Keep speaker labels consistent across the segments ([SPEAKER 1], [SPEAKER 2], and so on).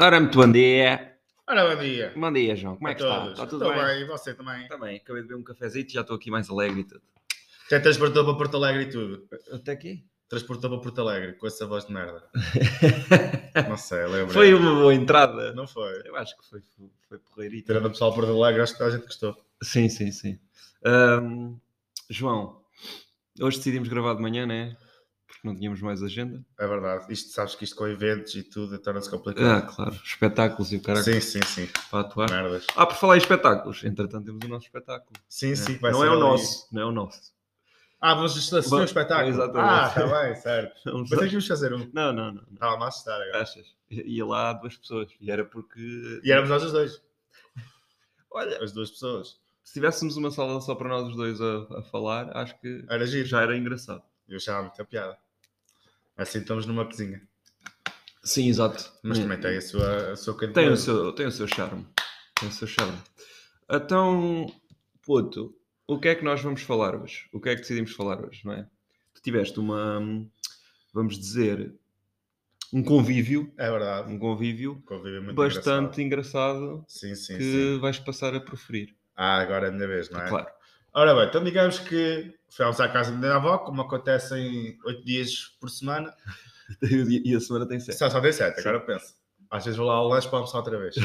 [SPEAKER 1] Ora, muito bom dia.
[SPEAKER 2] Ora, bom dia.
[SPEAKER 1] Bom dia, João. Como é
[SPEAKER 2] a
[SPEAKER 1] que está?
[SPEAKER 2] todos.
[SPEAKER 1] Está tudo
[SPEAKER 2] Estou
[SPEAKER 1] bem?
[SPEAKER 2] E você também?
[SPEAKER 1] Está bem. Acabei de beber um cafezito e já estou aqui mais alegre e tudo.
[SPEAKER 2] Até é transportou para Porto Alegre e tudo.
[SPEAKER 1] Até aqui?
[SPEAKER 2] Transportou para Porto Alegre com essa voz de merda. Não sei, lembro.
[SPEAKER 1] foi uma boa entrada.
[SPEAKER 2] Não foi.
[SPEAKER 1] Eu acho que foi, foi porreirito.
[SPEAKER 2] Tirando o pessoal de Porto Alegre, acho que toda a gente gostou.
[SPEAKER 1] Sim, sim, sim. Ahm, João, hoje decidimos gravar de manhã, né? Porque não tínhamos mais agenda.
[SPEAKER 2] É verdade. Isto, sabes que isto com eventos e tudo então torna-se
[SPEAKER 1] Ah,
[SPEAKER 2] complicado.
[SPEAKER 1] claro. Espetáculos e o caraca
[SPEAKER 2] sim, sim, sim. é?
[SPEAKER 1] para atuar.
[SPEAKER 2] Merdas.
[SPEAKER 1] Ah, por falar em espetáculos. Entretanto, temos o nosso espetáculo.
[SPEAKER 2] Sim, sim. que vai
[SPEAKER 1] não
[SPEAKER 2] ser
[SPEAKER 1] é o
[SPEAKER 2] ali.
[SPEAKER 1] nosso. Não é o nosso.
[SPEAKER 2] Ah, vamos assistir um
[SPEAKER 1] Vamos-
[SPEAKER 2] espetáculo.
[SPEAKER 1] Exatamente.
[SPEAKER 2] Ah, está bem, certo.
[SPEAKER 1] Vamos-
[SPEAKER 2] Pensei que íamos fazer um.
[SPEAKER 1] Não, não, não. não.
[SPEAKER 2] Estava a assustar agora.
[SPEAKER 1] Achas? Ia lá duas pessoas. E era porque.
[SPEAKER 2] E éramos nós os dois.
[SPEAKER 1] Olha,
[SPEAKER 2] As duas pessoas.
[SPEAKER 1] se tivéssemos uma sala só para nós os dois a, a falar, acho que
[SPEAKER 2] Era giro.
[SPEAKER 1] já era engraçado.
[SPEAKER 2] Eu achava muita piada. Assim estamos numa cozinha.
[SPEAKER 1] Sim, exato.
[SPEAKER 2] Mas também tem a sua, a sua
[SPEAKER 1] Tem
[SPEAKER 2] candidatura.
[SPEAKER 1] o seu, tem o seu charme. Tem o seu charme. Então, puto, o que é que nós vamos falar hoje? O que é que decidimos falar hoje, não é? Tu tiveste uma, hum, vamos dizer, um convívio,
[SPEAKER 2] É verdade.
[SPEAKER 1] um convívio
[SPEAKER 2] Um convívio muito
[SPEAKER 1] bastante engraçado,
[SPEAKER 2] engraçado. Sim, sim, sim.
[SPEAKER 1] que vais passar a proferir.
[SPEAKER 2] Ah, agora é a minha vez, não é?
[SPEAKER 1] Claro.
[SPEAKER 2] Ora bem, então digamos que fui almoçar à casa da minha avó, como acontece em oito dias por semana.
[SPEAKER 1] E a semana tem sete.
[SPEAKER 2] Só, só tem sete,
[SPEAKER 1] Sim.
[SPEAKER 2] agora penso. Às vezes vou lá ao lanche para almoçar outra vez, só.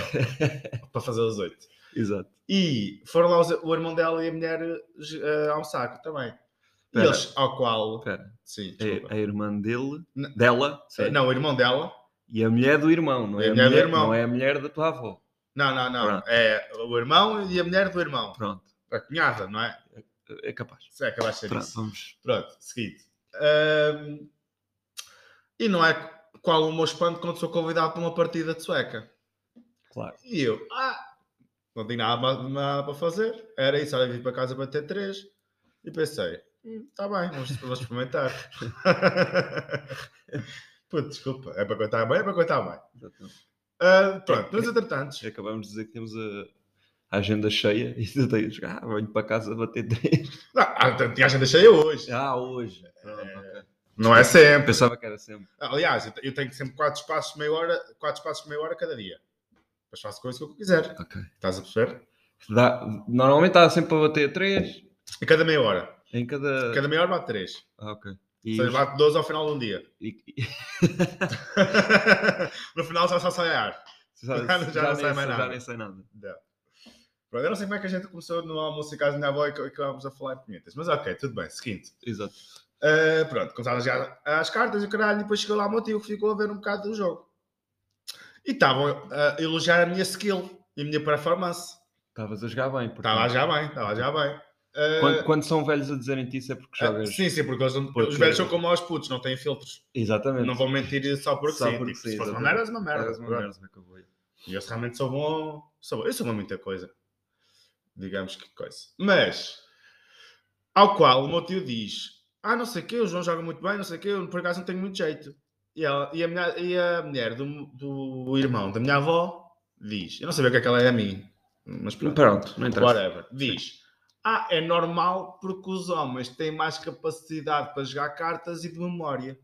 [SPEAKER 2] para fazer os oito.
[SPEAKER 1] Exato.
[SPEAKER 2] E foram lá os- o irmão dela e a mulher eh, almoçar também. E
[SPEAKER 1] Espera.
[SPEAKER 2] eles, ao qual...
[SPEAKER 1] Espera.
[SPEAKER 2] Sim,
[SPEAKER 1] A,
[SPEAKER 2] desculpa.
[SPEAKER 1] É a irmã dele,
[SPEAKER 2] Não.
[SPEAKER 1] dela, é sim.
[SPEAKER 2] Não, o irmão dela...
[SPEAKER 1] E a mulher do irmão, não
[SPEAKER 2] E
[SPEAKER 1] é
[SPEAKER 2] a
[SPEAKER 1] a
[SPEAKER 2] mulher
[SPEAKER 1] mulher,
[SPEAKER 2] do irmão.
[SPEAKER 1] não é a mulher da tua avó.
[SPEAKER 2] Não, não, não.
[SPEAKER 1] Pronto.
[SPEAKER 2] É o irmão e a mulher do irmão.
[SPEAKER 1] Pronto,
[SPEAKER 2] A cunhada, não é?
[SPEAKER 1] é capaz.
[SPEAKER 2] Se é que acabaste de ser
[SPEAKER 1] Pronto,
[SPEAKER 2] isso.
[SPEAKER 1] vamos.
[SPEAKER 2] Pronto, seguinte. Ahm, e não é qual o meu espanto quando sou convidado para uma partida de sueca.
[SPEAKER 1] Claro.
[SPEAKER 2] E eu, ah, não tenho nada, ma- nada para fazer. Era isso, olha, vim para casa para ter três. E pensei, está bem, vamos, vamos experimentar. Putz, desculpa, é para contar bem, é para contar bem.
[SPEAKER 1] Exatamente.
[SPEAKER 2] Ah, pronto, mas entretanto,
[SPEAKER 1] Já Acabámos de dizer que temos a, a agenda cheia e tu tens, ah, venho para casa bater três.
[SPEAKER 2] não, ah, entretanto, a agenda cheia hoje.
[SPEAKER 1] Ah, hoje. Pronto, ok.
[SPEAKER 2] Não é sempre.
[SPEAKER 1] Pensava que era sempre.
[SPEAKER 2] Aliás, eu te- eu tenho sempre quatro espaços de meia hora, quatro espaços de meia hora cada dia. Depois faço com isso que eu quiser.
[SPEAKER 1] Ok.
[SPEAKER 2] Estás a perceber?
[SPEAKER 1] Dá- normalmente está sempre para bater três
[SPEAKER 2] E cada meia hora.
[SPEAKER 1] em cada.
[SPEAKER 2] Cada meia hora bate três.
[SPEAKER 1] Ah, ok.
[SPEAKER 2] Ou
[SPEAKER 1] E,
[SPEAKER 2] seja, bate 12 ao final de um dia.
[SPEAKER 1] e- e-
[SPEAKER 2] no final já só sai ar.
[SPEAKER 1] já,
[SPEAKER 2] Já não- já não
[SPEAKER 1] nem,
[SPEAKER 2] sai mais
[SPEAKER 1] já
[SPEAKER 2] nada.
[SPEAKER 1] nem sei nada.
[SPEAKER 2] Pronto, eu não sei como é que a gente começou no almoço em casa da minha avó e que que vamos a falar em punhetas. Mas ok, tudo bem. Seguinte.
[SPEAKER 1] Exato.
[SPEAKER 2] Ah, pronto, começaram já as cartas e o caralho. E depois chegou lá o meu tio que ficou a ver um bocado do jogo. E estavam a elogiar a minha skill e a minha performance.
[SPEAKER 1] Estavas a jogar bem. portanto.
[SPEAKER 2] Estava já bem, estava já bem. Ah,
[SPEAKER 1] Quando, quando são velhos a dizerem-te isso é porque
[SPEAKER 2] Ah,
[SPEAKER 1] jogas.
[SPEAKER 2] Sim, sim, porque, eles não-
[SPEAKER 1] Porque-
[SPEAKER 2] os velhos são como aos putos, não têm filtros.
[SPEAKER 1] Exatamente.
[SPEAKER 2] Não vão mentir só porque
[SPEAKER 1] Só
[SPEAKER 2] sim.
[SPEAKER 1] porque
[SPEAKER 2] tipo,
[SPEAKER 1] sim,
[SPEAKER 2] se fosse uma
[SPEAKER 1] exatamente.
[SPEAKER 2] merda, és uma merda.
[SPEAKER 1] És uma
[SPEAKER 2] pronto.
[SPEAKER 1] merda, acabou.
[SPEAKER 2] E eu realmente sou bom, sou bom. Eu sou bom em muita coisa. Digamos que coisa. Mas, ao qual o meu tio diz: Ah, não sei o quê, o João joga muito bem, não sei o quê, eu por acaso não tenho muito jeito. E, ela, e, a, mulher, e a mulher do, do irmão da minha avó diz: Eu não sabia o que é que ela é a mim, mas pronto.
[SPEAKER 1] Pronto, não interessa.
[SPEAKER 2] Whatever. Diz. Ah, é normal porque os homens têm mais capacidade para jogar cartas e de memória.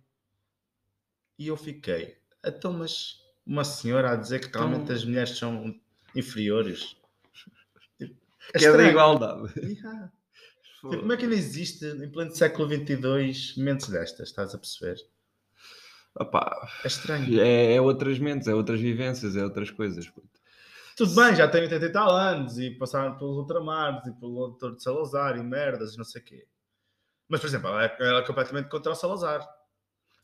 [SPEAKER 2] E eu fiquei. Então, mas uma senhora a dizer que
[SPEAKER 1] Então-
[SPEAKER 2] realmente as mulheres são inferiores. É
[SPEAKER 1] Que é da
[SPEAKER 2] estranho.
[SPEAKER 1] igualdade.
[SPEAKER 2] Yeah. Como é que ainda existe em pleno século XXII mentes destas? Estás a perceber?
[SPEAKER 1] Opá,
[SPEAKER 2] É estranho.
[SPEAKER 1] é, é outras mentes, é outras vivências, é outras coisas. puto.
[SPEAKER 2] Tudo bem, já tenho 80 e tal anos e passaram pelos ultramares e pelo doutor de Salazar e merdas e não sei o quê. Mas, por exemplo, ela é, ela é completamente contra o Salazar.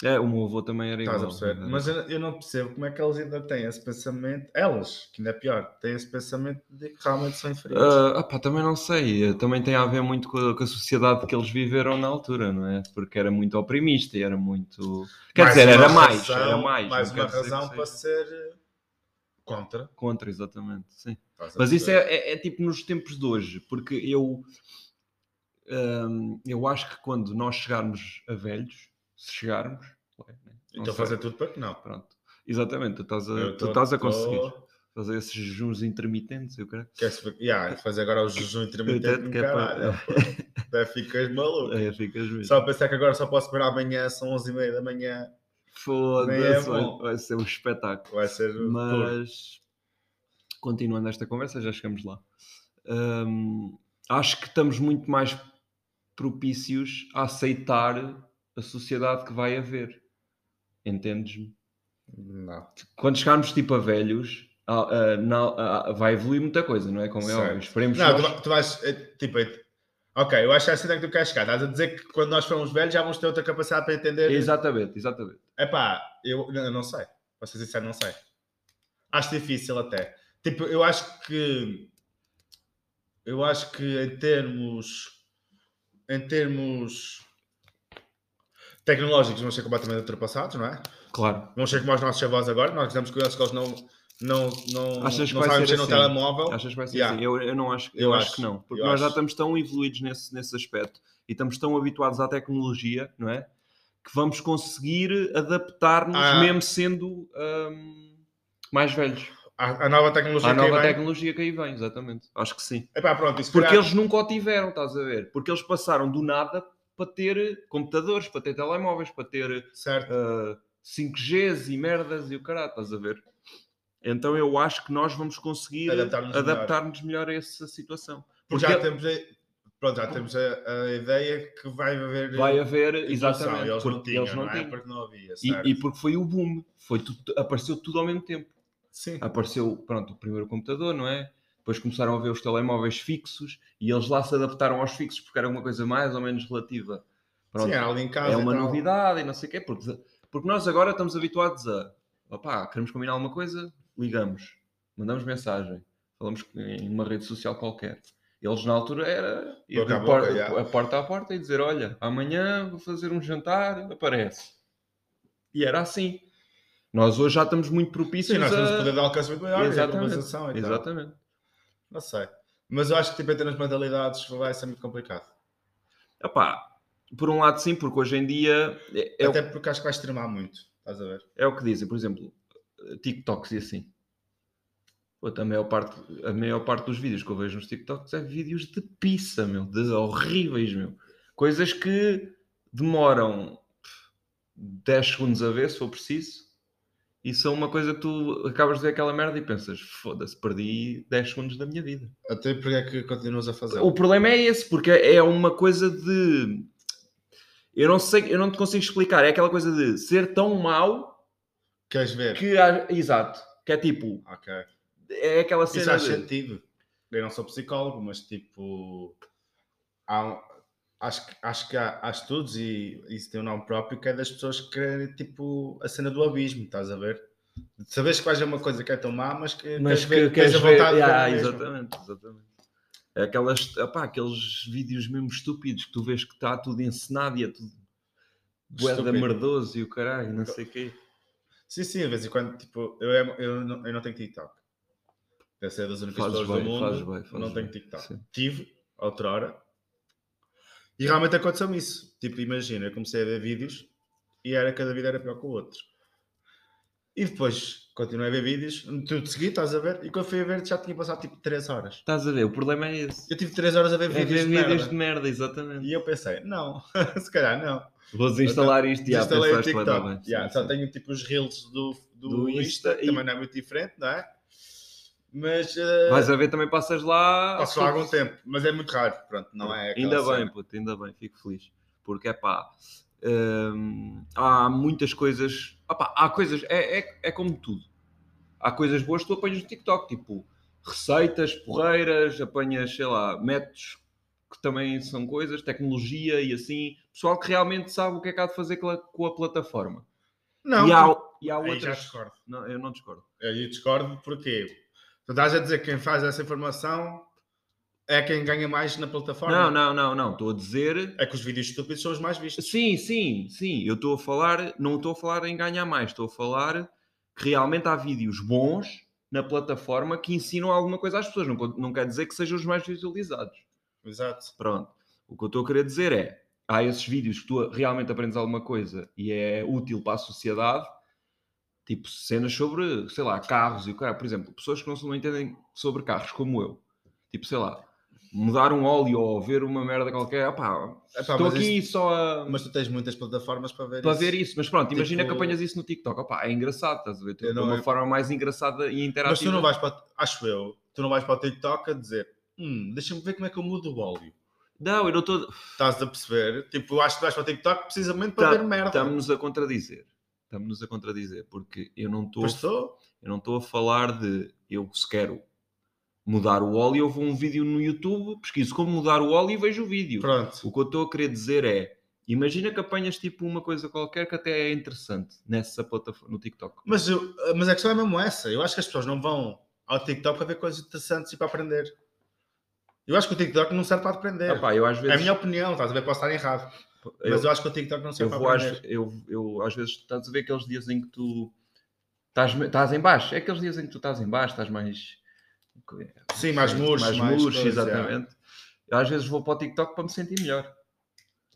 [SPEAKER 1] É, o meu avô também era
[SPEAKER 2] Estás
[SPEAKER 1] igual. é?
[SPEAKER 2] a perceber?
[SPEAKER 1] era-
[SPEAKER 2] Mas eu, eu não percebo como é que elas ainda têm esse pensamento. Elas, que ainda é pior, têm esse pensamento de que realmente são inferiores.
[SPEAKER 1] Ah, opá, também não sei, eh, também tem a ver muito com a, com a sociedade que eles viveram na altura, não é? Porque era muito oprimista e era muito. Quer
[SPEAKER 2] Mais
[SPEAKER 1] dizer,
[SPEAKER 2] uma
[SPEAKER 1] era mais,
[SPEAKER 2] razão-
[SPEAKER 1] era mais. não
[SPEAKER 2] uma
[SPEAKER 1] quer dizer que
[SPEAKER 2] razão
[SPEAKER 1] seja
[SPEAKER 2] para ser eh, contra.
[SPEAKER 1] Contra, exatamente. Sim.
[SPEAKER 2] Estás a
[SPEAKER 1] Mas isso é,
[SPEAKER 2] perceber?
[SPEAKER 1] é- é tipo nos tempos de hoje, porque eu, hum, eu acho que quando nós chegarmos a velhos, se chegarmos, ué, né? Não sei.
[SPEAKER 2] Então fazer tudo para que não.
[SPEAKER 1] pronto. Exatamente, tu estás a, tu
[SPEAKER 2] Eu tô-
[SPEAKER 1] estás a
[SPEAKER 2] tô-
[SPEAKER 1] conseguir fazer esses jejuns intermitentes, eu creio.
[SPEAKER 2] Queres ver- Yeah, fazer agora o jejum intermitente
[SPEAKER 1] Intermitente
[SPEAKER 2] no
[SPEAKER 1] que é para-
[SPEAKER 2] caralho. pô. Até ficas maluco.
[SPEAKER 1] É, ficas mesmo.
[SPEAKER 2] Só pensar que agora só posso esperar amanhã, são 11h30 da manhã.
[SPEAKER 1] Foda-se,
[SPEAKER 2] Nem é
[SPEAKER 1] vai-
[SPEAKER 2] bom.
[SPEAKER 1] vai ser um espetáculo.
[SPEAKER 2] Vai ser o touro.
[SPEAKER 1] Mas continuando esta conversa, já chegamos lá. Hum, acho que estamos muito mais propícios a aceitar a sociedade que vai haver. Entendes-me?
[SPEAKER 2] Não.
[SPEAKER 1] Quando chegarmos tipo a velhos, a- a- na- a- a- vai evoluir muita coisa, não é? Como é
[SPEAKER 2] Certo.
[SPEAKER 1] óbvio. Esperemos
[SPEAKER 2] Não,
[SPEAKER 1] nós-
[SPEAKER 2] tu, va- tu vais. é, Tipo, é- ok, eu acho que é assim que tu queres chegar. Estás a dizer que quando nós formos velhos já vamos ter outra capacidade para entender.
[SPEAKER 1] Exatamente, exatamente.
[SPEAKER 2] Epá, eu, eu não sei. Para ser sincero, não sei. Acho difícil até. Tipo, eu acho que. Eu acho que em termos. Em termos. Tecnológicos vão ser completamente ultrapassados, não é?
[SPEAKER 1] Claro.
[SPEAKER 2] Vão ser como os nossos avós agora. Nós dizemos que eles, que eles não. Não, não,
[SPEAKER 1] Achas que
[SPEAKER 2] não
[SPEAKER 1] vai
[SPEAKER 2] sabem
[SPEAKER 1] ser
[SPEAKER 2] mexer no
[SPEAKER 1] assim?
[SPEAKER 2] telemóvel.
[SPEAKER 1] Achas que vai ser
[SPEAKER 2] Oh, Yeah.
[SPEAKER 1] assim? Eu, eu não acho, eu
[SPEAKER 2] Eu
[SPEAKER 1] acho,
[SPEAKER 2] acho,
[SPEAKER 1] que não. Porque
[SPEAKER 2] eu
[SPEAKER 1] nós já
[SPEAKER 2] acho.
[SPEAKER 1] estamos tão evoluídos nesse, nesse aspecto e estamos tão habituados à tecnologia, não é? Que vamos conseguir adaptar-nos
[SPEAKER 2] Ah.
[SPEAKER 1] mesmo sendo hum, mais velhos.
[SPEAKER 2] A, a nova tecnologia
[SPEAKER 1] À
[SPEAKER 2] é que aí
[SPEAKER 1] nova
[SPEAKER 2] vem.
[SPEAKER 1] tecnologia que aí vem, exatamente. Acho que sim.
[SPEAKER 2] Epá, pronto, isso
[SPEAKER 1] Porque eles nunca o tiveram, estás a ver? Porque eles passaram do nada para ter computadores, para ter telemóveis, para ter
[SPEAKER 2] Certo.
[SPEAKER 1] ah, 5Gs e merdas e o caralho, estás a ver? Então eu acho que nós vamos conseguir
[SPEAKER 2] Adaptar-nos
[SPEAKER 1] adaptar-nos
[SPEAKER 2] melhor.
[SPEAKER 1] melhor. a essa situação.
[SPEAKER 2] Porque
[SPEAKER 1] Porque
[SPEAKER 2] já temos, a, pronto, já temos a, a ideia que vai haver.
[SPEAKER 1] vai haver,
[SPEAKER 2] evolução,
[SPEAKER 1] exatamente,
[SPEAKER 2] Eles não
[SPEAKER 1] porque
[SPEAKER 2] tinham,
[SPEAKER 1] eles não
[SPEAKER 2] não é?
[SPEAKER 1] tinham.
[SPEAKER 2] Porque não havia. certo.
[SPEAKER 1] E, e porque foi o boom, foi tudo- apareceu tudo ao mesmo tempo.
[SPEAKER 2] Sim.
[SPEAKER 1] Ah, Apareceu, pronto, o primeiro computador, não é? Depois começaram a ver os telemóveis fixos e eles lá se adaptaram aos fixos porque era uma coisa mais ou menos relativa. Pronto,
[SPEAKER 2] Sim, era ali em casa.
[SPEAKER 1] é uma
[SPEAKER 2] e tal.
[SPEAKER 1] novidade e não sei o quê, porque, porque nós agora estamos habituados a opá, queremos combinar alguma coisa, ligamos, mandamos mensagem, falamos em uma rede social qualquer. Eles na altura era ir
[SPEAKER 2] Boca a
[SPEAKER 1] de
[SPEAKER 2] boca,
[SPEAKER 1] por-
[SPEAKER 2] já.
[SPEAKER 1] a porta a porta e dizer: Olha, amanhã vou fazer um jantar, aparece. E era assim. Nós hoje já estamos muito propícios
[SPEAKER 2] Sim, nós então. temos o
[SPEAKER 1] a.
[SPEAKER 2] poder de alcance muito maior e a
[SPEAKER 1] é- Exatamente.
[SPEAKER 2] globalização e tal.
[SPEAKER 1] Exatamente.
[SPEAKER 2] Não sei. Mas eu acho que tipo, em termos de mentalidades vai ser muito complicado.
[SPEAKER 1] Epá, por um lado, sim, porque hoje em dia é, é o
[SPEAKER 2] Até porque acho que vai extremar muito. Estás a ver?
[SPEAKER 1] É o que dizem, por exemplo, TikToks e assim. Puta, a, maior parte, a maior parte dos vídeos que eu vejo nos TikToks é vídeos de pizza, meu, de horríveis, meu. Coisas que demoram pff, 10 segundos a ver, se for preciso, e são uma coisa que tu acabas de ver aquela merda e pensas, foda-se, perdi 10 segundos da minha vida.
[SPEAKER 2] Até porque é que continuas a fazer?
[SPEAKER 1] O problema é esse, porque é uma coisa de. Eu não sei, eu não te consigo explicar. É aquela coisa de ser tão mau
[SPEAKER 2] Queres ver?
[SPEAKER 1] que há- exato, que é tipo,
[SPEAKER 2] Ok.
[SPEAKER 1] é aquela
[SPEAKER 2] Isso
[SPEAKER 1] cena
[SPEAKER 2] faz
[SPEAKER 1] de,
[SPEAKER 2] sentido. Eu não sou psicólogo, mas tipo. Há, um- acho, que- acho que há, há estudos e isso tem um nome próprio que é das pessoas que querem tipo a cena do abismo, estás a ver? De Sabes que vais ver uma coisa que é tão má, mas que
[SPEAKER 1] mas que
[SPEAKER 2] ver-
[SPEAKER 1] queres
[SPEAKER 2] tens a
[SPEAKER 1] ver,
[SPEAKER 2] vontade de ver
[SPEAKER 1] Ah,
[SPEAKER 2] na mesma.
[SPEAKER 1] exatamente, exatamente. É aquelas, opá, aqueles vídeos mesmo estúpidos que tu vês que está tudo encenado e é tudo boeda
[SPEAKER 2] Estúpido.
[SPEAKER 1] merdoso e o caralho, não sei o quê.
[SPEAKER 2] Sim, sim, de vez em quando, tipo, eu, é- eu, não, eu não tenho TikTok. Deve ser das únicas
[SPEAKER 1] Fazes
[SPEAKER 2] pessoas do
[SPEAKER 1] bem,
[SPEAKER 2] mundo.
[SPEAKER 1] fazes bem, fazes
[SPEAKER 2] não tenho
[SPEAKER 1] bem,
[SPEAKER 2] TikTok.
[SPEAKER 1] sim.
[SPEAKER 2] Tive, outrora. E realmente aconteceu-me isso. Tipo, imagina, eu comecei a ver vídeos e era cada vídeo era pior que o outro. E depois continuei a ver vídeos, tudo de seguido, estás a ver? E quando fui a ver já tinha passado tipo 3 horas.
[SPEAKER 1] Estás a ver, o problema é esse.
[SPEAKER 2] Eu tive 3 horas a ver
[SPEAKER 1] É
[SPEAKER 2] vídeos.
[SPEAKER 1] ver
[SPEAKER 2] de
[SPEAKER 1] vídeos
[SPEAKER 2] merda.
[SPEAKER 1] de merda, exatamente.
[SPEAKER 2] E eu pensei, não, se calhar não.
[SPEAKER 1] Vou desinstalar isto e ah,
[SPEAKER 2] Instalei o
[SPEAKER 1] pensaste, vai dar bem.
[SPEAKER 2] TikTok.
[SPEAKER 1] Sim,
[SPEAKER 2] Yeah, só
[SPEAKER 1] sim.
[SPEAKER 2] tenho tipo os reels do, do,
[SPEAKER 1] Do
[SPEAKER 2] Insta,
[SPEAKER 1] Insta
[SPEAKER 2] que
[SPEAKER 1] e-
[SPEAKER 2] também não é muito diferente, não é? Mas. eh,
[SPEAKER 1] Vais a ver, também passas lá...
[SPEAKER 2] Passo lá algum tempo, mas é muito raro, pronto, não é aquela
[SPEAKER 1] Ah, Ainda
[SPEAKER 2] cena.
[SPEAKER 1] bem, puto, ainda bem, fico feliz. Porque é pá, hum, há muitas coisas. opá, há coisas, é, é, é como tudo. Há coisas boas que tu apanhas no TikTok, tipo receitas, porreiras, apanhas, sei lá, métodos que também são coisas, tecnologia e assim. Pessoal que realmente sabe o que é que há de fazer com a, com a plataforma.
[SPEAKER 2] Não,
[SPEAKER 1] e há, e há
[SPEAKER 2] aí já
[SPEAKER 1] outras.
[SPEAKER 2] discordo.
[SPEAKER 1] Não, eu não discordo.
[SPEAKER 2] Aí discordo porque tu estás a dizer que quem faz essa informação é quem ganha mais na plataforma.
[SPEAKER 1] Não, não, não, não. Estou a dizer
[SPEAKER 2] É que os vídeos estúpidos são os mais vistos.
[SPEAKER 1] Sim, sim, sim. Eu estou a falar, não estou a falar em ganhar mais, estou a falar que realmente há vídeos bons na plataforma que ensinam alguma coisa às pessoas. Não, co- não quer dizer que sejam os mais visualizados.
[SPEAKER 2] Exato.
[SPEAKER 1] Pronto. O que eu estou a querer dizer é: há esses vídeos que tu a- realmente aprendes alguma coisa e é útil para a sociedade, tipo cenas sobre, sei lá, carros e o cara, por exemplo, pessoas que não, se- não entendem sobre carros, como eu. Tipo, sei lá, mudar um óleo ou ver uma merda qualquer, opá,
[SPEAKER 2] Epá,
[SPEAKER 1] estou
[SPEAKER 2] Tá, mas
[SPEAKER 1] aqui só a,
[SPEAKER 2] Mas tu tens muitas plataformas para ver
[SPEAKER 1] para
[SPEAKER 2] isso.
[SPEAKER 1] ver isso. Mas pronto, imagina
[SPEAKER 2] Tipo-
[SPEAKER 1] que apanhas isso no TikTok, opá, é engraçado, estás a ver? Tipo,
[SPEAKER 2] Eu
[SPEAKER 1] de
[SPEAKER 2] não-
[SPEAKER 1] uma
[SPEAKER 2] eu-
[SPEAKER 1] forma mais engraçada e interativa.
[SPEAKER 2] Mas tu não vais para. Acho eu. Tu não vais para o TikTok a dizer. Hum, deixa-me ver como é que eu mudo o óleo.
[SPEAKER 1] Não, eu não estou...
[SPEAKER 2] Estás a perceber? Tipo, eu acho que vais para o TikTok precisamente para
[SPEAKER 1] Tá-
[SPEAKER 2] ver merda.
[SPEAKER 1] Estamos-nos a contradizer. Estamos-nos a contradizer, porque eu não estou...
[SPEAKER 2] Pois estou.
[SPEAKER 1] Eu não estou a falar de eu se quero mudar o óleo, eu vou a um vídeo no YouTube, pesquiso como mudar o óleo e vejo o vídeo.
[SPEAKER 2] Pronto.
[SPEAKER 1] O que eu estou a querer dizer é, imagina que apanhas tipo uma coisa qualquer que até é interessante nessa plataforma, no TikTok.
[SPEAKER 2] Mas, eu- mas a questão é mesmo essa. Eu acho que as pessoas não vão ao TikTok para ver coisas interessantes e para aprender. Eu acho que o TikTok não serve para aprender.
[SPEAKER 1] Epá, eu às
[SPEAKER 2] é a
[SPEAKER 1] vezes,
[SPEAKER 2] minha opinião, estás a ver? Posso estar errado.
[SPEAKER 1] eu,
[SPEAKER 2] Mas eu acho que o TikTok não
[SPEAKER 1] eu
[SPEAKER 2] serve
[SPEAKER 1] vou
[SPEAKER 2] para
[SPEAKER 1] às,
[SPEAKER 2] aprender.
[SPEAKER 1] eu, eu às vezes estás a ver aqueles dias em que tu estás, me- estás em baixo, é aqueles dias em que tu estás em baixo, estás mais... eh,
[SPEAKER 2] Sim, mais murcho.
[SPEAKER 1] mais murcho,
[SPEAKER 2] coisa, é.
[SPEAKER 1] exatamente. Eu às vezes vou para o TikTok para me sentir melhor.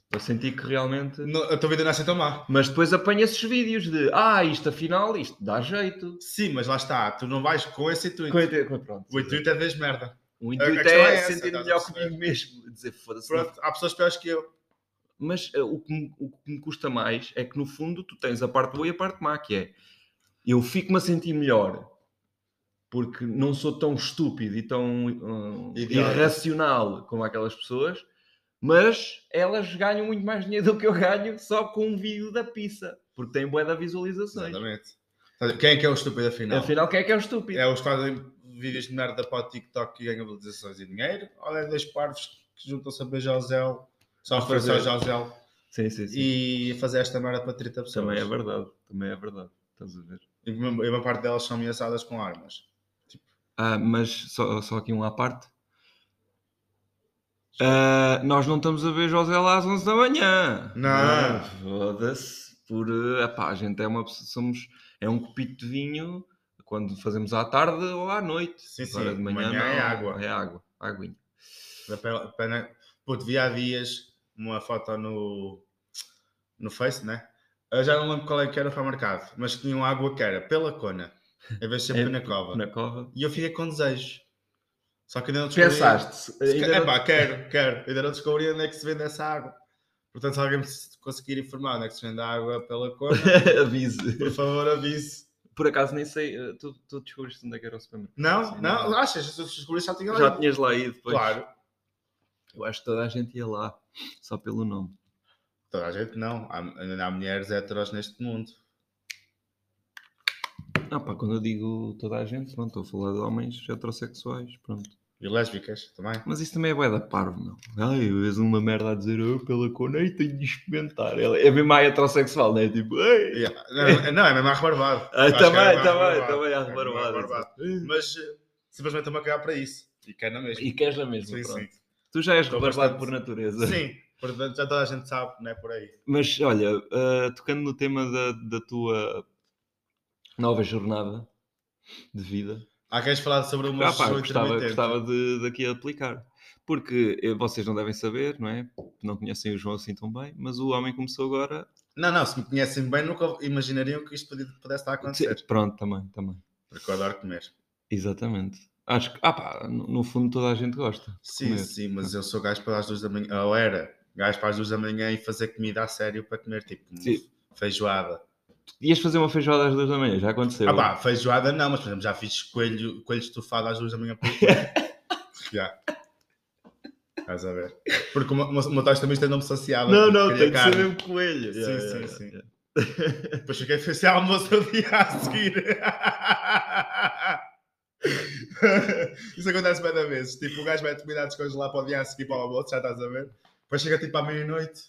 [SPEAKER 1] Para sentir que realmente...
[SPEAKER 2] Não, a tua vida não é assim tão má.
[SPEAKER 1] Mas depois apanha esses vídeos de ah, isto afinal, isto dá jeito.
[SPEAKER 2] Sim, mas lá está. Tu não vais com esse intuito.
[SPEAKER 1] Pronto.
[SPEAKER 2] O intuito é vez merda.
[SPEAKER 1] O
[SPEAKER 2] a
[SPEAKER 1] intuito
[SPEAKER 2] questão
[SPEAKER 1] é,
[SPEAKER 2] é essa,
[SPEAKER 1] sentir
[SPEAKER 2] estás a
[SPEAKER 1] melhor
[SPEAKER 2] perceber?
[SPEAKER 1] comigo mesmo. Dizer foda-se. não-
[SPEAKER 2] Pronto, há pessoas piores que eu.
[SPEAKER 1] Mas eh, o, que me, o que me custa mais é que no fundo tu tens a parte boa e a parte má, que é eu fico-me a sentir melhor porque não sou tão estúpido e tão ah,
[SPEAKER 2] Idiota.
[SPEAKER 1] irracional como aquelas pessoas, mas elas ganham muito mais dinheiro do que eu ganho só com um vídeo da pizza, porque tem bué da visualizações.
[SPEAKER 2] Exatamente. Sabe, Quem é que é o estúpido afinal?
[SPEAKER 1] Afinal, quem é que é o estúpido?
[SPEAKER 2] É os que fazem vídeos de merda para o TikTok e ganham visualizações e dinheiro? Ou é dois parvos que juntam-se a beijar o Zéu, só a fazer
[SPEAKER 1] fazer-
[SPEAKER 2] só Zéu
[SPEAKER 1] Sim, sim, sim.
[SPEAKER 2] e a fazer esta merda para 30 pessoas?
[SPEAKER 1] Também é verdade, também é verdade. Estás a ver?
[SPEAKER 2] E uma, e uma parte delas são ameaçadas com armas.
[SPEAKER 1] Ah, mas só, só aqui um à parte. Ah, nós não estamos a ver José lá às 11 da manhã.
[SPEAKER 2] Não.
[SPEAKER 1] Ah, Foda-se. Por, eh, epá, a gente é uma pessoa- somos, é um copito de vinho quando fazemos à tarde ou à noite.
[SPEAKER 2] Sim, sim.
[SPEAKER 1] Agora de manhã,
[SPEAKER 2] Manhã é
[SPEAKER 1] não,
[SPEAKER 2] água.
[SPEAKER 1] É água, aguinha.
[SPEAKER 2] Da pe- pena- Puto, vi há dias uma foto no, no Face, né? Eu já não lembro qual é que era, foi marcado, mas que tinham água que era pela cona, em vez de ser
[SPEAKER 1] É,
[SPEAKER 2] na cova.
[SPEAKER 1] Na cova.
[SPEAKER 2] E eu fiquei com desejo. Só que ainda não descobri.
[SPEAKER 1] Pensaste?
[SPEAKER 2] Se é
[SPEAKER 1] ainda
[SPEAKER 2] ca-
[SPEAKER 1] não-
[SPEAKER 2] epá, quero, quero. Ainda não descobri onde é que se vende essa água. Portanto, se alguém me s- conseguir informar onde é que se vende a água pela cor,
[SPEAKER 1] Avise.
[SPEAKER 2] por favor, avise.
[SPEAKER 1] Por acaso nem sei, eh, tu, tu descobriste onde é que era o supermercado.
[SPEAKER 2] Não,
[SPEAKER 1] Sim,
[SPEAKER 2] não, achas? Se eu descobri, já tinha lá.
[SPEAKER 1] Já
[SPEAKER 2] ido.
[SPEAKER 1] tinhas lá ido depois.
[SPEAKER 2] Claro.
[SPEAKER 1] Eu acho que toda a gente ia lá, só pelo nome.
[SPEAKER 2] Toda a gente não. Há, ainda há mulheres heteros neste mundo.
[SPEAKER 1] Ah pá, quando eu digo toda a gente, pronto, estou a falar de homens heterossexuais, pronto.
[SPEAKER 2] E lésbicas também.
[SPEAKER 1] Mas isso também é bué da parvo, meu. Ai, eu vejo uma merda a dizer, eu pela cona, ai, tenho de experimentar. Ela É mesmo a heterossexual, não é? Tipo, ai...
[SPEAKER 2] E- Não, não, é mesmo arrebarbado.
[SPEAKER 1] Ah,
[SPEAKER 2] Acho que é
[SPEAKER 1] também,
[SPEAKER 2] mesmo
[SPEAKER 1] também,
[SPEAKER 2] arrebarbado.
[SPEAKER 1] também,
[SPEAKER 2] É
[SPEAKER 1] há
[SPEAKER 2] mesmo arrebarbado.
[SPEAKER 1] barbado.
[SPEAKER 2] Mas eh, simplesmente estou-me a cagar para isso. E quero na mesma.
[SPEAKER 1] E queres a mesma,
[SPEAKER 2] Sim,
[SPEAKER 1] pronto.
[SPEAKER 2] sim.
[SPEAKER 1] Tu já és
[SPEAKER 2] Estou
[SPEAKER 1] rebarbado
[SPEAKER 2] bastante-
[SPEAKER 1] por natureza.
[SPEAKER 2] Sim, portanto já toda a gente sabe, não é por aí.
[SPEAKER 1] Mas olha, ah, tocando no tema da, da tua nova jornada de vida,
[SPEAKER 2] Há queres falar sobre o meu
[SPEAKER 1] Ah, pá,
[SPEAKER 2] jejum
[SPEAKER 1] gostava,
[SPEAKER 2] intermitente?
[SPEAKER 1] gostava de, de aqui aplicar. Porque eh, vocês não devem saber, não é? Não conhecem o João assim tão bem, mas o homem começou agora.
[SPEAKER 2] Não, não, se me conhecem bem, nunca imaginariam que isto podia- pudesse estar a acontecer.
[SPEAKER 1] Pronto, também, também.
[SPEAKER 2] Porque eu adoro comer.
[SPEAKER 1] Exatamente. Acho que, ah pá, no, no fundo toda a gente gosta. de
[SPEAKER 2] Sim,
[SPEAKER 1] comer.
[SPEAKER 2] sim, mas eu sou gajo para as duas da manhã, ou era gajo para as duas da manhã e fazer comida a sério para comer, tipo
[SPEAKER 1] Sim.
[SPEAKER 2] feijoada.
[SPEAKER 1] Ias fazer uma feijoada às duas da manhã, já aconteceu.
[SPEAKER 2] Ah pá, feijoada não, mas por exemplo, já fiz coelho, coelho estufado às duas da manhã para comer. já. Estás a ver? Porque uma, uma, uma tosta mista é não me saciava.
[SPEAKER 1] não,
[SPEAKER 2] porque
[SPEAKER 1] não,
[SPEAKER 2] queria
[SPEAKER 1] tem que
[SPEAKER 2] carne.
[SPEAKER 1] ser mesmo coelho.
[SPEAKER 2] Sim,
[SPEAKER 1] Yeah,
[SPEAKER 2] sim,
[SPEAKER 1] yeah, yeah,
[SPEAKER 2] sim.
[SPEAKER 1] yeah.
[SPEAKER 2] Depois fiquei a fazer almoço no dia a seguir. Isso acontece bem da vez. Tipo, o gajo vai-te comida a descongelar para o dia a seguir para o almoço, já estás a ver? Depois chega tipo à meia-noite.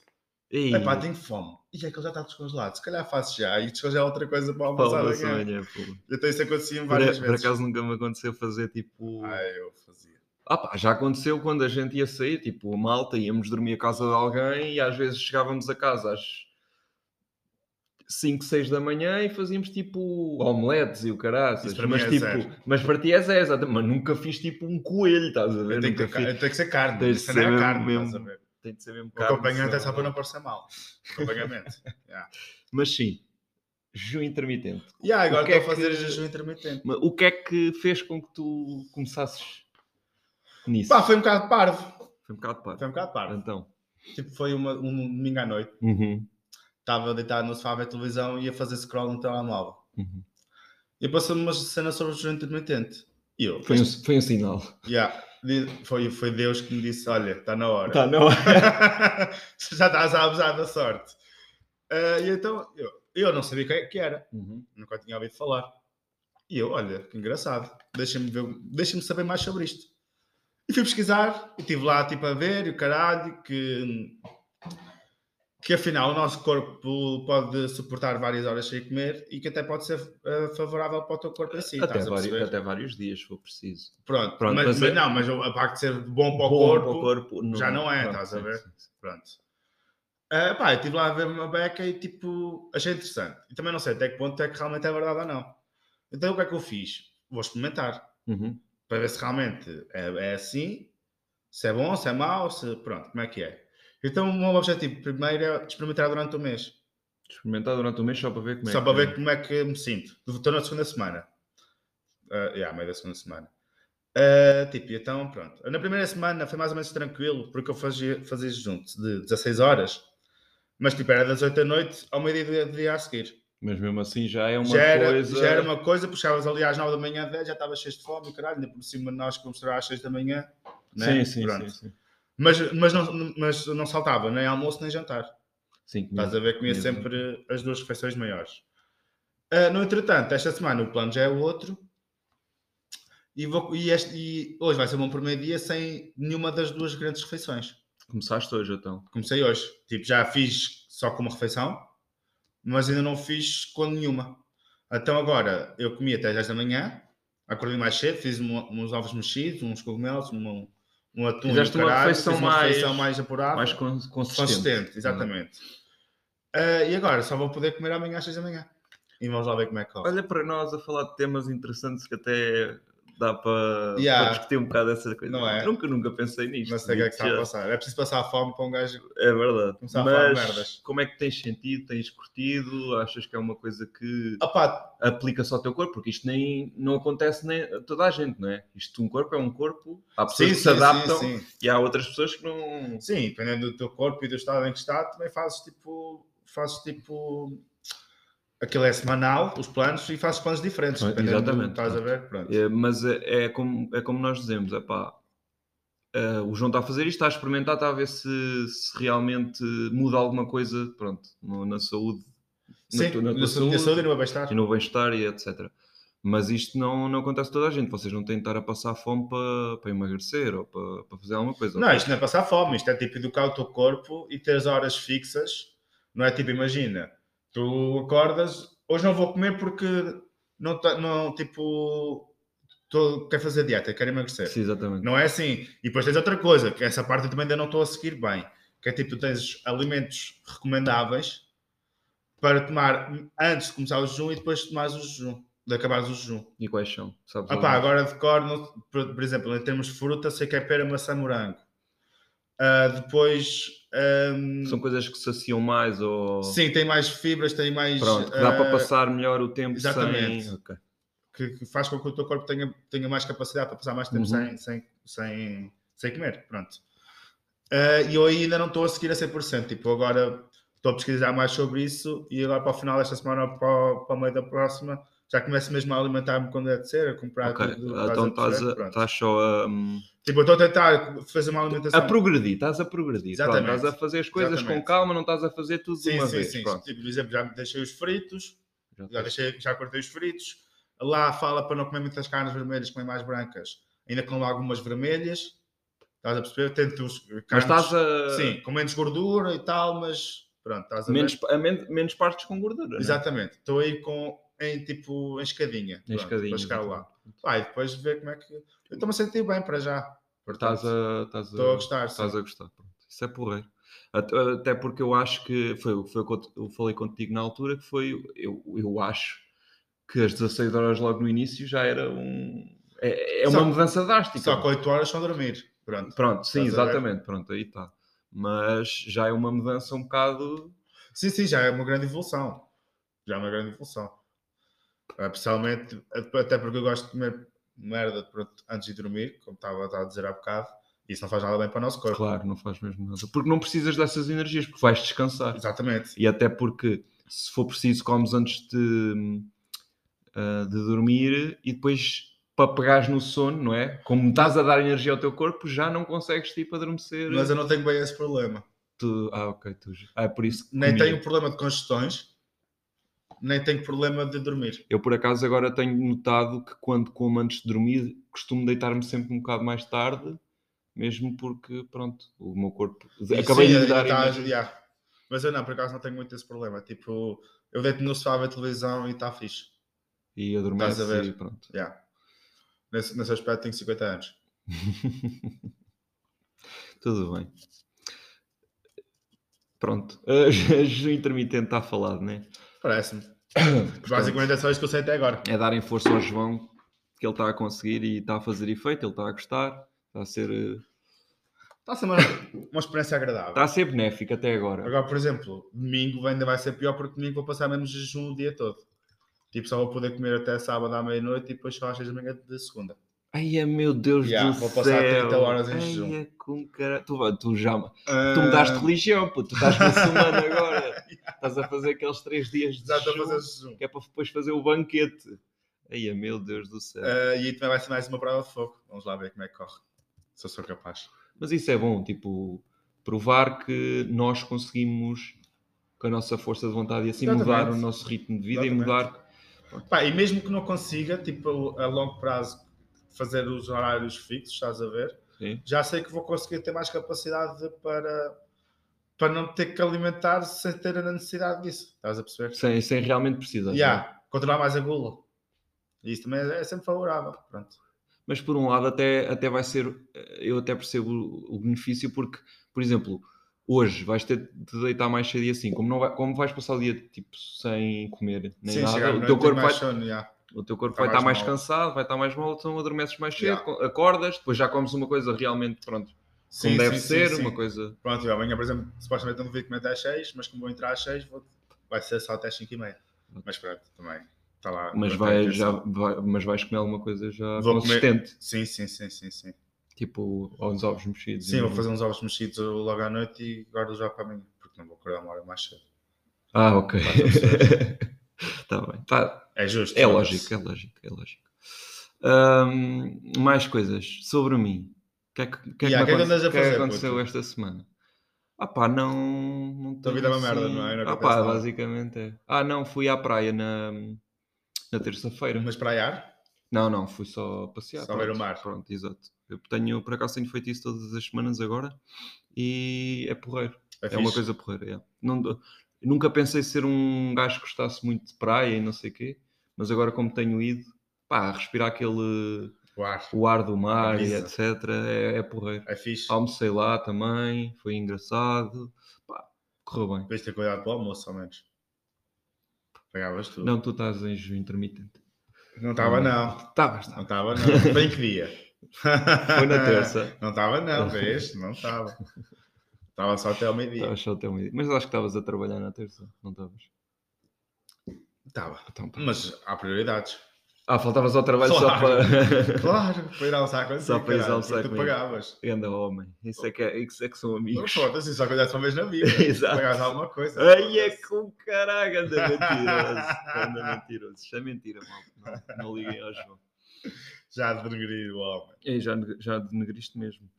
[SPEAKER 1] Ei,
[SPEAKER 2] Epá, tenho fome. E é que ele já está descongelado. Se calhar faço já. E descongela outra coisa para o
[SPEAKER 1] pá,
[SPEAKER 2] almoço
[SPEAKER 1] almoço
[SPEAKER 2] amanhã.
[SPEAKER 1] amanhã, pô.
[SPEAKER 2] Então isso acontecia
[SPEAKER 1] Por,
[SPEAKER 2] várias
[SPEAKER 1] por
[SPEAKER 2] vezes.
[SPEAKER 1] acaso nunca me aconteceu fazer tipo.
[SPEAKER 2] Ah, eu fazia.
[SPEAKER 1] Ah pá, já aconteceu quando a gente ia sair, tipo, a malta, íamos dormir a casa de alguém e às vezes chegávamos a casa às 5, 6 da manhã e fazíamos tipo omeletes e o caraças.
[SPEAKER 2] Isso para mim
[SPEAKER 1] mas
[SPEAKER 2] é
[SPEAKER 1] tipo,
[SPEAKER 2] zero.
[SPEAKER 1] mas para ti é zero, exatamente. Mas nunca fiz tipo um coelho, estás a ver?
[SPEAKER 2] Eu tenho, que
[SPEAKER 1] Nunca
[SPEAKER 2] ter, ca-
[SPEAKER 1] fiz.
[SPEAKER 2] eu tenho que ser carne.
[SPEAKER 1] Tem que
[SPEAKER 2] Isso não
[SPEAKER 1] ser
[SPEAKER 2] é
[SPEAKER 1] mesmo-
[SPEAKER 2] carne,
[SPEAKER 1] mesmo
[SPEAKER 2] estás a ver?
[SPEAKER 1] Tem de ser mesmo
[SPEAKER 2] O
[SPEAKER 1] carne,
[SPEAKER 2] acompanhante é
[SPEAKER 1] senão
[SPEAKER 2] só para
[SPEAKER 1] não-
[SPEAKER 2] não parecer mal. Acompanhamento. yeah.
[SPEAKER 1] Mas sim, jejum intermitente.
[SPEAKER 2] E ah, agora
[SPEAKER 1] O que é
[SPEAKER 2] estou a fazer
[SPEAKER 1] que-
[SPEAKER 2] jejum intermitente.
[SPEAKER 1] Mas O que é que fez com que tu começasses nisso.
[SPEAKER 2] Pá, foi um bocado parvo.
[SPEAKER 1] Foi um bocado pá.
[SPEAKER 2] Foi um bocado parvo.
[SPEAKER 1] Então.
[SPEAKER 2] Tipo, foi uma- um domingo à noite.
[SPEAKER 1] Uhum,
[SPEAKER 2] Estava deitado no sofá a ver televisão e ia fazer scroll no telemóvel.
[SPEAKER 1] uhum.
[SPEAKER 2] E passou-me uma cena sobre o jejum intermitente. E eu,
[SPEAKER 1] Foi, um, foi um sinal.
[SPEAKER 2] Yeah. Di- Foi, foi Deus que me disse: Olha, está na hora.
[SPEAKER 1] Tá, não é?
[SPEAKER 2] Já estás a abusar da sorte. Ah, e então, eu, eu não sabia quem é que era,
[SPEAKER 1] Uhum.
[SPEAKER 2] nunca tinha ouvido falar. E eu, olha, que engraçado, deixa-me ver- deixa-me saber mais sobre isto. E fui pesquisar, e estive lá tipo a ver, e o caralho, que, que afinal o nosso corpo pode suportar várias horas sem comer e que até pode ser ah, favorável para o teu corpo em si.
[SPEAKER 1] Até,
[SPEAKER 2] estás a
[SPEAKER 1] vários-
[SPEAKER 2] perceber?
[SPEAKER 1] até vários dias, se for preciso.
[SPEAKER 2] Pronto,
[SPEAKER 1] Pronto,
[SPEAKER 2] mas,
[SPEAKER 1] mas
[SPEAKER 2] mas
[SPEAKER 1] é-
[SPEAKER 2] não, mas a parte de ser bom para o
[SPEAKER 1] Bom
[SPEAKER 2] corpo,
[SPEAKER 1] para corpo,
[SPEAKER 2] já não é,
[SPEAKER 1] Pronto,
[SPEAKER 2] estás a
[SPEAKER 1] sim,
[SPEAKER 2] ver?
[SPEAKER 1] sim, sim.
[SPEAKER 2] Pronto. Ah, pá, eu estive lá a ver uma beca e tipo, achei interessante. E também não sei até que ponto é que realmente é verdade ou não. Então o que é que eu fiz? Vou experimentar
[SPEAKER 1] Uhum.
[SPEAKER 2] para ver se realmente é, é assim, se é bom, se é mau, se pronto, como é que é. Então o meu objetivo primeiro é experimentar durante um mês,
[SPEAKER 1] Experimentar durante o mês só para ver como é
[SPEAKER 2] só
[SPEAKER 1] que
[SPEAKER 2] para ver como é que me sinto. Estou na segunda semana. Ah, yeah, meio da segunda semana. Ah, tipo, e então pronto. Na primeira semana foi mais ou menos tranquilo, porque eu fazia, fazia jejum de 16 horas, mas tipo, era das 8 da noite ao meio-dia do dia a seguir.
[SPEAKER 1] Mas mesmo assim já é uma
[SPEAKER 2] já, era,
[SPEAKER 1] coisa.
[SPEAKER 2] já era uma coisa, puxavas ali às 9 da manhã, 10, já estava cheio de fome, caralho, ainda por cima de nós que vamos estourar às 6 da manhã.
[SPEAKER 1] Sim,
[SPEAKER 2] né?
[SPEAKER 1] sim,
[SPEAKER 2] Pronto.
[SPEAKER 1] sim, sim.
[SPEAKER 2] Mas, mas, não, mas não saltava nem almoço nem jantar.
[SPEAKER 1] Sim, comia.
[SPEAKER 2] Estás a ver? Comia
[SPEAKER 1] Comia
[SPEAKER 2] sempre as duas refeições maiores. Ah, no entretanto, esta semana o plano já é outro. E, vou- e este- e hoje vai ser o meu primeiro dia sem nenhuma das duas grandes refeições.
[SPEAKER 1] Começaste hoje então.
[SPEAKER 2] Comecei hoje. Tipo, já fiz só com uma refeição, mas ainda não fiz com nenhuma. Então agora, eu comi até às 10 da manhã, acordei mais cedo, fiz uma- uns ovos mexidos, uns cogumelos, um, um atum. e o
[SPEAKER 1] Fizeste uma
[SPEAKER 2] caralho,
[SPEAKER 1] refeição
[SPEAKER 2] fiz uma
[SPEAKER 1] mais-
[SPEAKER 2] refeição mais apurada.
[SPEAKER 1] Mais con- consistente.
[SPEAKER 2] Ah,
[SPEAKER 1] é?
[SPEAKER 2] Consistente, exatamente. Ah, e agora, só vou poder comer amanhã às 6 da manhã. E vamos lá ver como é que corre.
[SPEAKER 1] Olha para nós a falar de temas interessantes que até dá para,
[SPEAKER 2] Yeah.
[SPEAKER 1] para discutir um bocado essa coisa.
[SPEAKER 2] Não é?
[SPEAKER 1] Nunca, nunca pensei nisto.
[SPEAKER 2] não sei o que é que está a
[SPEAKER 1] digo-te já.
[SPEAKER 2] passar. É preciso passar fome para um gajo.
[SPEAKER 1] É verdade.
[SPEAKER 2] Começar a falar merdas.
[SPEAKER 1] Mas como é que tens sentido? Tens curtido? Achas que é uma coisa que
[SPEAKER 2] Opá,
[SPEAKER 1] aplica só ao teu corpo? Porque isto nem, não acontece nem a toda a gente, não é? Isto, um corpo é um corpo. Há pessoas que
[SPEAKER 2] sim, sim,
[SPEAKER 1] se adaptam
[SPEAKER 2] Sim, sim.
[SPEAKER 1] e há outras pessoas que não.
[SPEAKER 2] Sim, dependendo do teu corpo e do estado em que está, também fazes tipo. Fazes tipo. Aquilo é semanal, os planos, e fazes planos diferentes.
[SPEAKER 1] Ah,
[SPEAKER 2] Dependendo
[SPEAKER 1] exatamente,
[SPEAKER 2] Do, estás a
[SPEAKER 1] pronto.
[SPEAKER 2] ver? Pronto.
[SPEAKER 1] É, mas é, é como, é como nós dizemos, epá, eh, o João está a fazer isto, está a experimentar, está a ver se, se realmente muda alguma coisa pronto, no- na saúde,
[SPEAKER 2] Sim,
[SPEAKER 1] na, tua- na tua
[SPEAKER 2] na saúde,
[SPEAKER 1] saúde,
[SPEAKER 2] na saúde e no meu bem-estar.
[SPEAKER 1] e no bem-estar e etc. Mas isto não, não acontece a toda a gente, vocês não têm de estar a passar fome para, para emagrecer ou para, para fazer alguma coisa.
[SPEAKER 2] Não, isto não é passar fome, isto é tipo educar o teu corpo e teres horas fixas. Não é tipo, imagina, tu acordas, hoje não vou comer porque não, tá- não tipo, tô, quero fazer dieta, quero emagrecer.
[SPEAKER 1] Sim, exatamente.
[SPEAKER 2] Não é assim. E depois tens outra coisa, que essa parte eu também ainda não estou a seguir bem, que é tipo, tu tens alimentos recomendáveis para tomar antes de começar o jejum e depois de tomares o jejum, de acabares o jejum.
[SPEAKER 1] E quais são? Sabes
[SPEAKER 2] Ah pá,
[SPEAKER 1] alguma?
[SPEAKER 2] agora de cor, não- por, por exemplo, em termos de fruta, sei que é pera, maçã, morango. Ah, depois, ahm,
[SPEAKER 1] São coisas que saciam mais ou.
[SPEAKER 2] Hum. sim, tem mais fibras, tem mais.
[SPEAKER 1] Pronto, que dá
[SPEAKER 2] ah,
[SPEAKER 1] para passar melhor o tempo
[SPEAKER 2] exatamente.
[SPEAKER 1] sem. Ok.
[SPEAKER 2] que, que faz com que o teu corpo tenha, tenha mais capacidade para passar mais tempo
[SPEAKER 1] Uhum.
[SPEAKER 2] sem, sem, sem, sem comer. Pronto. Ah, e eu ainda não estou a seguir a 100%. Tipo, agora estou a pesquisar mais sobre isso e agora para o final desta semana ou para, o- para o meio da próxima já começo mesmo a alimentar-me quando é de ser, a comprar
[SPEAKER 1] Ok,
[SPEAKER 2] tudo.
[SPEAKER 1] então estás,
[SPEAKER 2] perceber?
[SPEAKER 1] a,
[SPEAKER 2] Pronto.
[SPEAKER 1] estás só a. hum,
[SPEAKER 2] Tipo, eu estou a tentar fazer uma
[SPEAKER 1] a
[SPEAKER 2] alimentação.
[SPEAKER 1] progredir, estás a progredir. Pronto,
[SPEAKER 2] Exatamente.
[SPEAKER 1] estás a fazer as coisas
[SPEAKER 2] Exatamente.
[SPEAKER 1] com calma, não estás a fazer tudo de
[SPEAKER 2] Sim,
[SPEAKER 1] uma
[SPEAKER 2] sim,
[SPEAKER 1] vez.
[SPEAKER 2] sim.
[SPEAKER 1] Pronto.
[SPEAKER 2] Tipo, por exemplo, já me deixei os fritos,
[SPEAKER 1] Já
[SPEAKER 2] já,
[SPEAKER 1] estás-
[SPEAKER 2] deixei, já cortei os fritos. Lá fala para não comer muitas carnes vermelhas, comer mais brancas. Ainda como algumas vermelhas. Estás a perceber? Tento os carnes.
[SPEAKER 1] Mas estás a.
[SPEAKER 2] Sim, com menos gordura e tal, mas pronto, estás a
[SPEAKER 1] Menos,
[SPEAKER 2] ver?
[SPEAKER 1] a men- menos partes com gordura. não é?
[SPEAKER 2] Exatamente. Estou aí com em tipo em escadinha.
[SPEAKER 1] Em
[SPEAKER 2] pronto,
[SPEAKER 1] escadinha,
[SPEAKER 2] Para chegar lá.
[SPEAKER 1] exatamente.
[SPEAKER 2] Pá, e depois ver como é que. Eu estou-me a sentir bem para já. Portanto,
[SPEAKER 1] Estás a. Estás
[SPEAKER 2] Estou a
[SPEAKER 1] a,
[SPEAKER 2] gostar. sim.
[SPEAKER 1] estás a gostar. Pronto. Isso é porreiro. Até até porque eu acho que. Foi o foi o que eu te- eu falei contigo na altura, que foi. Eu, eu acho que as 16 horas logo no início já era um. É, é
[SPEAKER 2] Só-
[SPEAKER 1] uma mudança drástica.
[SPEAKER 2] Só com 8 horas só dormir. Pronto.
[SPEAKER 1] Pronto, sim,
[SPEAKER 2] Estás a ver?
[SPEAKER 1] exatamente. Pronto, aí está. Mas já é uma mudança um bocado.
[SPEAKER 2] Sim, sim, já é uma grande evolução. Já é uma grande evolução. Ah, Pessoalmente, até porque eu gosto de comer merda pronto, antes de dormir, como estava a dizer há bocado, isso não faz nada bem para o nosso corpo.
[SPEAKER 1] Claro, não faz mesmo nada. Porque não precisas dessas energias, porque vais descansar.
[SPEAKER 2] Exatamente.
[SPEAKER 1] E até porque, se for preciso, comes antes de, ah, de dormir e depois para pegares no sono, não é? Como estás a dar energia ao teu corpo, já não consegues tipo adormecer.
[SPEAKER 2] Mas eu não tenho bem esse problema.
[SPEAKER 1] Tu- Ah, ok, tu já. Ah, é por isso que
[SPEAKER 2] Nem
[SPEAKER 1] comigo.
[SPEAKER 2] tenho problema de congestões, nem tenho problema de dormir.
[SPEAKER 1] Eu, por acaso, agora tenho notado que quando como antes de dormir, costumo deitar-me sempre um bocado mais tarde, mesmo porque, pronto, o meu corpo. Acabei
[SPEAKER 2] Sim,
[SPEAKER 1] de lhe dar.
[SPEAKER 2] está é tá a
[SPEAKER 1] energia.
[SPEAKER 2] ajudar. Mas eu não, por acaso não tenho muito esse problema. Tipo, eu deito no sofá a ver televisão e está fixe.
[SPEAKER 1] E adormece
[SPEAKER 2] Estás a ver?
[SPEAKER 1] e pronto.
[SPEAKER 2] Yeah. Nesse, nesse aspecto tenho 50 anos.
[SPEAKER 1] Tudo bem. Pronto. Ah, Jejum intermitente está falado, não é?
[SPEAKER 2] Parece-me. Basicamente é só isso que eu sei até agora.
[SPEAKER 1] É darem força ao João, que ele está a conseguir e está a fazer efeito, ele está a gostar, está a ser, eh,
[SPEAKER 2] Está a ser uma, uma experiência agradável.
[SPEAKER 1] está a ser benéfico até agora.
[SPEAKER 2] Agora, por exemplo, domingo ainda vai ser pior porque domingo vou passar mesmo jejum o dia todo. Tipo, só vou poder comer até sábado à meia-noite e depois só às 6 da manhã de segunda.
[SPEAKER 1] Ai, é, meu Deus
[SPEAKER 2] Yeah,
[SPEAKER 1] do
[SPEAKER 2] vou
[SPEAKER 1] céu.
[SPEAKER 2] passar 30 horas em
[SPEAKER 1] Ai,
[SPEAKER 2] jejum. Ah.
[SPEAKER 1] é com cara... tu, vai- tu já Tu mudaste de religião, pô, tu estás muçulmano agora. Estás a fazer aqueles três dias de
[SPEAKER 2] Já estou a
[SPEAKER 1] jejum,
[SPEAKER 2] fazer jejum.
[SPEAKER 1] que é para depois fazer o banquete. Ai, é, meu Deus do céu.
[SPEAKER 2] Ah, e aí também vai ser mais uma prova de fogo. Vamos lá ver como é que corre. Se eu sou capaz.
[SPEAKER 1] Mas isso é bom, tipo, provar que nós conseguimos, com a nossa força de vontade e assim, mudar
[SPEAKER 2] Exatamente.
[SPEAKER 1] o nosso ritmo de vida
[SPEAKER 2] Exatamente.
[SPEAKER 1] e mudar.
[SPEAKER 2] Pá, e mesmo que não consiga, tipo, a longo prazo, fazer os horários fixos, estás a ver?
[SPEAKER 1] Sim.
[SPEAKER 2] Já sei que vou conseguir ter mais capacidade para, para não ter que alimentar sem ter a necessidade disso. Estás a perceber?
[SPEAKER 1] Sem, sem realmente precisar. não é?
[SPEAKER 2] Yeah, controlar mais a gula. E isso também é, é sempre favorável. Pronto.
[SPEAKER 1] Mas por um lado, até, até vai ser, eh, eu até percebo o- o benefício, porque, por exemplo, hoje vais ter de te deitar mais cedo e assim, como, não vai- como vais passar o dia tipo, sem comer nem
[SPEAKER 2] Sim, chegar
[SPEAKER 1] nada,
[SPEAKER 2] à
[SPEAKER 1] o
[SPEAKER 2] noite,
[SPEAKER 1] teu
[SPEAKER 2] tenho
[SPEAKER 1] corpo vai
[SPEAKER 2] mais sono, yeah.
[SPEAKER 1] O teu corpo
[SPEAKER 2] Tá
[SPEAKER 1] vai estar
[SPEAKER 2] mais
[SPEAKER 1] mais
[SPEAKER 2] mal.
[SPEAKER 1] cansado, vai estar mais mal, então adormeces mais cedo,
[SPEAKER 2] Yeah.
[SPEAKER 1] co- acordas, depois já comes uma coisa realmente, pronto,
[SPEAKER 2] Sim,
[SPEAKER 1] como deve
[SPEAKER 2] sim, sim,
[SPEAKER 1] ser,
[SPEAKER 2] sim.
[SPEAKER 1] uma coisa...
[SPEAKER 2] Pronto, eu amanhã, por exemplo, supostamente não devia comer às 6, mas como vou entrar às 6, vou... vai ser só até às 5 e meia. Mas pronto, também. Está lá.
[SPEAKER 1] Mas,
[SPEAKER 2] durante a
[SPEAKER 1] vai,
[SPEAKER 2] refeição.
[SPEAKER 1] já, vai- mas vais comer alguma coisa já
[SPEAKER 2] Vou comer-
[SPEAKER 1] consistente,
[SPEAKER 2] Sim, sim, sim, sim, sim.
[SPEAKER 1] tipo uns ovos mexidos.
[SPEAKER 2] Sim,
[SPEAKER 1] e-
[SPEAKER 2] vou fazer uns ovos mexidos logo à noite e guardo já para amanhã, porque não vou acordar uma hora mais cedo.
[SPEAKER 1] Ah, ok.
[SPEAKER 2] Faz as
[SPEAKER 1] Está bem, tá-
[SPEAKER 2] É justo.
[SPEAKER 1] é
[SPEAKER 2] foda-se.
[SPEAKER 1] lógico, é lógico, é lógico. Ahm, mais coisas sobre mim. O que é que, o que, é que, me
[SPEAKER 2] Yeah, o que é
[SPEAKER 1] aconte-
[SPEAKER 2] que andas a
[SPEAKER 1] o que é que
[SPEAKER 2] fazer,
[SPEAKER 1] aconteceu
[SPEAKER 2] puto?
[SPEAKER 1] esta semana? Ah pá, não. não
[SPEAKER 2] Tua
[SPEAKER 1] tenho
[SPEAKER 2] vida é uma merda, não é? Não
[SPEAKER 1] ah
[SPEAKER 2] acontece
[SPEAKER 1] pá,
[SPEAKER 2] nada.
[SPEAKER 1] basicamente é. Ah não, fui à praia na, na terça-feira.
[SPEAKER 2] Mas para ar?
[SPEAKER 1] Não, não, fui só passear.
[SPEAKER 2] Só ver
[SPEAKER 1] pronto,
[SPEAKER 2] o mar.
[SPEAKER 1] Pronto, exato. Eu tenho, por acaso, tenho feito isso todas as semanas agora e é porreiro.
[SPEAKER 2] É,
[SPEAKER 1] É, uma coisa porreira, yeah. Não dou- Nunca pensei ser um gajo que gostasse muito de praia e não sei o quê, mas agora como tenho ido, pá, respirar aquele...
[SPEAKER 2] O ar.
[SPEAKER 1] o ar do mar e
[SPEAKER 2] brisa.
[SPEAKER 1] etc, é, é porreiro.
[SPEAKER 2] É fixe.
[SPEAKER 1] Almocei lá também, foi engraçado, pá, correu bem.
[SPEAKER 2] Devias ter cuidado do almoço, ao menos. Pegavas tudo.
[SPEAKER 1] Não, tu estás em jejum intermitente. é?
[SPEAKER 2] Não estava, não.
[SPEAKER 1] Estavas,
[SPEAKER 2] Não
[SPEAKER 1] estavas.
[SPEAKER 2] estava, não. Bem que dia.
[SPEAKER 1] Foi na terça.
[SPEAKER 2] Não estava, não, vês? Não estava. Estava só até ao meio-dia.
[SPEAKER 1] Estavas só até um dia. Mas acho que estavas a trabalhar na terça, não estavas?
[SPEAKER 2] Estava.
[SPEAKER 1] Então, pá.
[SPEAKER 2] Mas há prioridades.
[SPEAKER 1] Ah, faltavas ao trabalho só
[SPEAKER 2] Claro.
[SPEAKER 1] para.
[SPEAKER 2] Claro, para ir almoçar com
[SPEAKER 1] Só para ir almoçar
[SPEAKER 2] Tu
[SPEAKER 1] comigo.
[SPEAKER 2] pagavas.
[SPEAKER 1] Anda, homem. Isso é que, é, isso é que são
[SPEAKER 2] Não
[SPEAKER 1] amigos.
[SPEAKER 2] foda-se, só cuidaste uma vez na vida.
[SPEAKER 1] Exato.
[SPEAKER 2] Pagavas alguma coisa.
[SPEAKER 1] Ai, é com caralho, anda mentiroso. Anda mentiroso. Isto é mentira, mal. Não, não liguem ao João.
[SPEAKER 2] Já denegrir o homem.
[SPEAKER 1] Ei, já, neg- já denegriste mesmo.